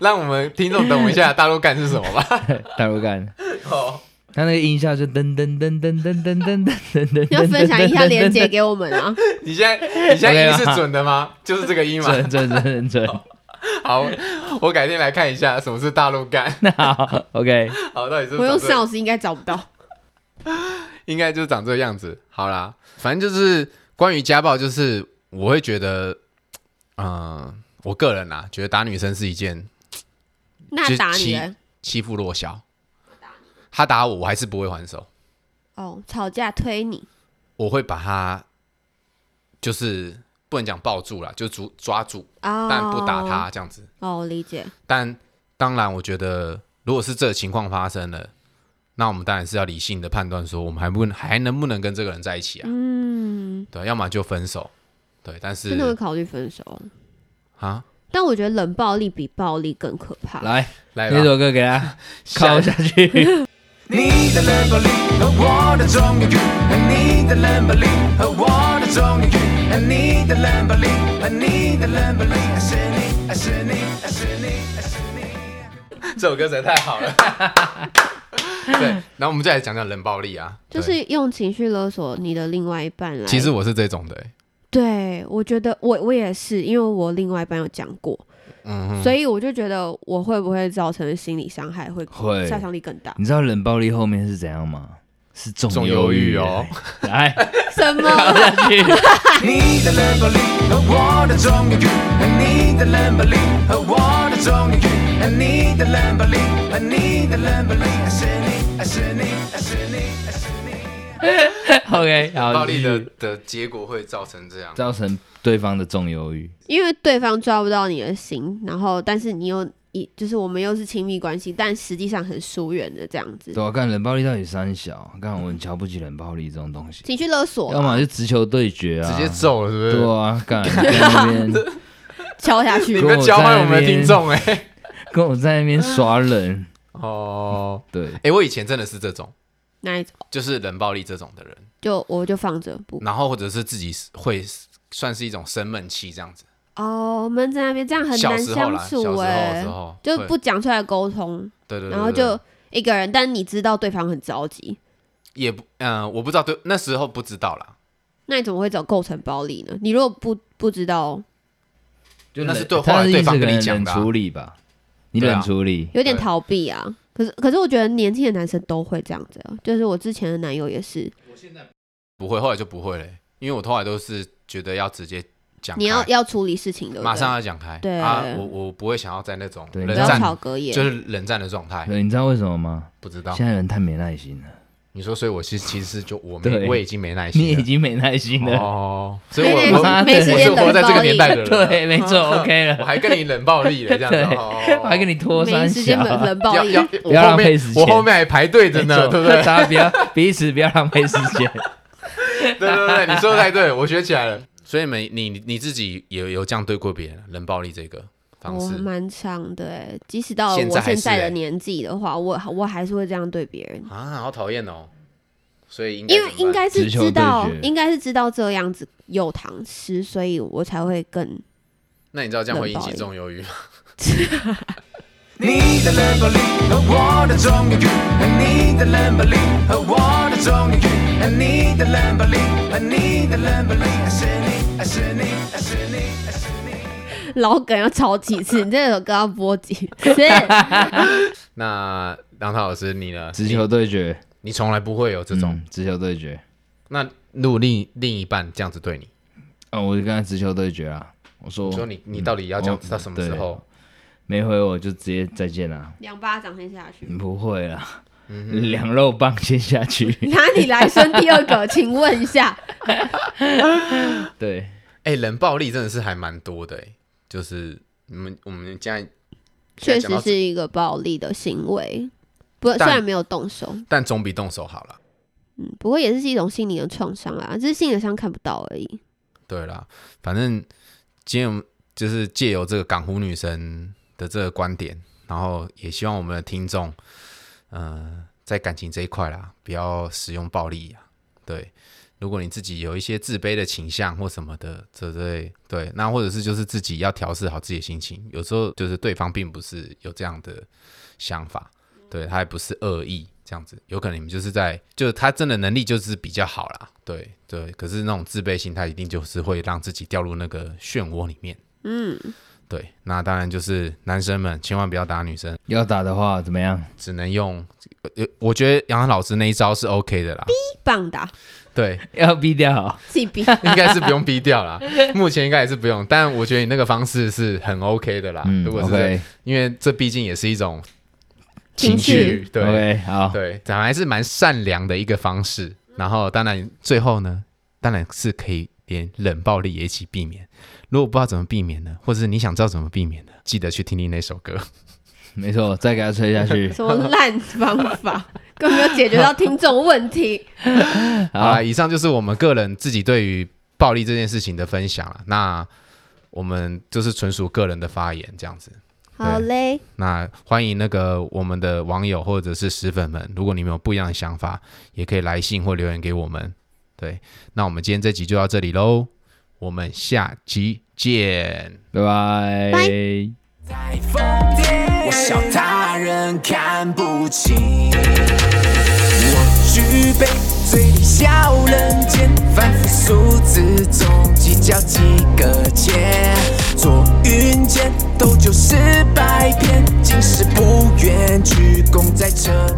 S1: 让我们听众等一下，大陆干是什么 吧？
S2: 大陆干，
S1: 哦，
S2: 它那个音效就噔噔噔噔噔噔噔噔噔噔，
S3: 你要分享一下链接给我们 啊。
S1: 你现在你现在
S2: OK
S1: 音
S2: 啦
S1: 是准的吗？就是这个音嘛。
S2: 准准准准，
S1: 好，我改天来看一下什么是大陆干。
S2: 那 好，OK，
S1: 好，到底是
S3: 我用
S1: 长这
S3: sounds 应该找不到。
S1: 应该就是长这个样子。好啦，反正就是关于家暴，就是我会觉得，嗯、我个人啊，觉得打女生是一件
S3: 那
S1: 就
S3: 打你
S1: 其
S3: 嘞？
S1: 欺负弱小。他打我，我还是不会还手，
S3: 哦，吵架推你，
S1: 我会把他就是不能讲抱住啦，就抓抓住，
S3: 哦，
S1: 但不打。他这样子。
S3: 哦，我理解。
S1: 但当然，我觉得如果是这个情况发生了，那我们当然是要理性的判断，说我们还不还能不能跟这个人在一起啊？
S3: 嗯，
S1: 对，要么就分手。对，但
S3: 真的会
S1: 是
S3: 考虑分手，
S1: 啊，
S3: 但我觉得冷暴力比暴力更可怕。
S2: 来
S1: 来
S2: 那
S1: 吧，
S2: 首歌给他
S1: 一
S2: 敲
S1: 个
S2: 下去，
S4: 你的冷暴力和我的忠言语，你的冷暴力和我的忠言语，你的冷暴力和你的冷暴力，是你，是你，是你，是你。
S1: 这首歌实在太好了。 对，然后我们再来讲讲冷暴力啊，
S3: 就
S1: 对
S3: 是用情绪勒索你的另外一半来。
S1: 其实我是这种的、欸
S3: 对我觉得我我也是，因为我另外一半有讲过，
S1: 嗯哼，
S3: 所以我就觉得我会不会造成心理伤害会
S2: 会
S3: 杀伤力更大？
S2: 你知道冷暴力后面是怎样吗？是重
S1: 重忧
S2: 忧
S1: 郁
S2: 郁哎
S1: 哦，
S2: 来
S3: 什
S2: 敲
S3: 么？
S2: 下去，
S4: 你的冷暴力和我的忠言语，你的冷暴力和我的忠言语，你的冷暴力和你的冷暴力，是你，是你，是你，是你。
S2: OK，好，
S1: 暴力的
S2: 继续
S1: 的结果会造成嗯这样。
S2: 造成对方的重忧郁，
S3: 因为对方抓不到你的心，然后但是你又一就是我们又是亲密关系，但实际上很疏远的这样子，
S2: 对啊，看冷暴力到底三小，看我很瞧不起冷暴力这种东西，
S3: 情绪勒索
S2: 要
S3: 啊
S2: 么就直球对决啊，
S1: 直接揍了是不是？
S2: 对啊， 干在那边
S3: 敲下去
S1: 你
S2: 跟
S1: 们
S2: 我
S1: 教坏
S2: 在
S1: 我们的
S2: 那边
S1: 听众哎、
S2: 跟我在那边耍冷，
S1: 哦，
S2: 对，
S1: 哎、我以前真的是这种，
S3: 那一种，
S1: 就是冷暴力这种的人，
S3: 就我就放着不
S1: 然后或者是自己会算是一种生闷气这样子。
S3: 哦，闷在那边这样很
S1: 小
S3: 难
S1: 时候
S3: 相
S1: 啦，小时
S3: 处
S1: 候的
S3: 哎、
S1: 时候
S3: 就
S1: 会
S3: 不讲出来沟通，
S1: 对对对，
S3: 然后
S1: 对对
S3: 就一个人，但你知道对方很着急，
S1: 也不嗯、我不知道对那时候不知道啦，
S3: 那你怎么会走构成暴力呢？你如果不不知道，
S2: 就
S1: 那
S2: 冷
S1: 是对
S2: 他
S1: 后来
S2: 的
S1: 对
S2: 意思
S1: 方
S2: 可
S1: 跟你
S2: 能
S1: 讲
S2: 冷
S1: 的啊
S2: 处理吧，你
S1: 对啊
S2: 冷处理，
S3: 有点
S1: 对
S3: 逃避啊。可是可是我觉得年轻的男生都会这样子、啊，就是我之前的男友也是，
S1: 不会，后来就不会了，因为我后来都是觉得要直接讲开，
S3: 你要要处理事情的，
S1: 马上要讲开，
S3: 对
S1: 啊，我我不会想要在那种
S2: 对
S1: 冷
S3: 不要
S1: 战，
S3: 吵隔夜，
S1: 就是冷战的状态，
S2: 对，你知道为什么吗？
S1: 不知道
S2: 现在人太没耐心了，
S1: 你说，所以我是其实是就我没
S2: 对
S1: 我已经没耐心
S2: 你
S1: 了，
S2: 已经没耐心了，
S1: 啊哦，所以
S3: 没
S1: 我
S3: 没
S1: 我
S2: 我
S3: 没时
S1: 我
S3: 间
S1: 是
S2: 生
S1: 活
S3: 冷
S1: 在这
S3: 暴
S1: 个年
S3: 力，
S1: 代的人，啊
S2: 对，没错 ，OK
S1: 我
S2: 了，
S1: 还跟你冷暴力了，这样子，
S2: 对
S1: 哦
S2: 我还跟你拖
S3: 没
S2: 三
S3: 时间
S2: 小，
S3: 冷冷 暴
S1: 要
S3: 力
S1: 要。
S2: 不要
S1: 我后
S2: 浪费
S1: 面
S2: 时间
S1: 我后面还排队着呢，
S2: 没错
S1: 对不对？
S2: 大家不要彼此不要浪费时 间，
S1: 对对对，你说的太对，我学起来了。 所以你们你你自己有有这样对过别人冷暴力这个方
S3: 我
S1: 式？
S3: 蛮长的欸，即使到了
S1: 现
S3: 我
S1: 在还
S3: 现
S1: 是
S3: 在的
S1: 欸
S3: 年纪的话，我我还是会这样对别人，
S1: 啊，好讨厌哦！所以应该
S3: 因为应该是
S2: 直球
S3: 知道
S2: 对，决
S3: 应该是知道这样子有糖吃，所以我才会更
S1: 那你知道这样会引
S3: 冷暴
S1: 起
S3: 力
S1: 重忧郁吗？
S4: 你的冷暴力和我的忠言语，你的冷暴力和我的忠言语，你的冷暴力和你的冷暴力，是你，是你，是你，是你。
S3: 老梗要吵几次，你这首歌要播几 次？
S1: 那梁涛老师你呢？
S2: 直球对决
S1: 你从来不会有这种。
S2: 嗯直球对决，
S1: 那如果另另一半这样子对你，
S2: 啊，我就跟他直球对决啊，我说嗯
S1: 你说你你到底要这
S2: 哦
S1: 样子到什么时候？
S2: 没回我就直接再见啦，
S3: 两巴掌先下
S1: 嗯
S3: 去，，
S2: 不会啦，两肉棒先下去
S3: 拿你来生第二个，请问一下，
S2: 对，
S1: 哎，冷暴力真的是还蛮多的哎，就是你们我们现在
S3: 确
S1: 现在讲
S3: 实
S1: 到
S3: 是一个暴力的行为，不，虽
S1: 但
S3: 然没有动手，
S1: 但总比动手好了。
S3: 嗯，不过也是一种心理的创伤啦，只是心理上看不到而已。
S1: 对啦，反正今天我们就是借由这个港湖女神的这个观点，然后也希望我们的听众，呃，在感情这一块啦，不要使用暴力啊。对，如果你自己有一些自卑的倾向或什么的，这对对，那或者是就是自己要调试好自己的心情。有时候就是对方并不是有这样的想法，对他也不是恶意这样子，有可能你们就是在，就是他真的能力就是比较好啦，对对，可是那种自卑心态一定就是会让自己掉入那个漩涡里面，
S3: 嗯，
S1: 对，那当然就是男生们千万不要打女生，
S2: 要打的话怎么样？
S1: 只能用，呃我觉得杨洋老师那一招是 OK 的啦，
S3: 棒的啊、
S1: 对，
S2: 要逼掉。
S3: 自 己比
S1: 应该是不用逼掉啦，目前应该也是不用，但我觉得你那个方式是很 OK 的啦，
S2: 嗯
S1: 啊如果是这
S2: ，OK
S1: 因为这毕竟也是一种
S3: 情绪。
S1: 对。
S2: OK，好，
S1: 对，咱还哦是蛮善良的一个方式。然后，当然最后呢，当然是可以连冷暴力也一起避免。如果不知道怎么避免呢，或者是你想知道怎么避免呢，记得去听听那首歌。
S2: 没错，再给他吹下 去
S3: 什么烂方法， 根本没有解决到听众问 题。
S1: 好
S2: 好
S1: 啦，，以上就是我们个人自己对于暴力这件事情的分享了。那我们就是纯属个人的发言这样子。
S3: 好嘞，
S1: 那欢迎那个我们的网友或者是石粉们，如果你们有不一样的想法，也可以来信或留言给我们。对，那我们今天这集就到这里喽，我们下集见。
S2: 拜拜
S3: 拜。
S4: 我笑他人看不清。我举杯，嘴里笑人间，反复数字中计较几个钱。坐云间，斗酒诗百篇，今世不愿，鞠躬在车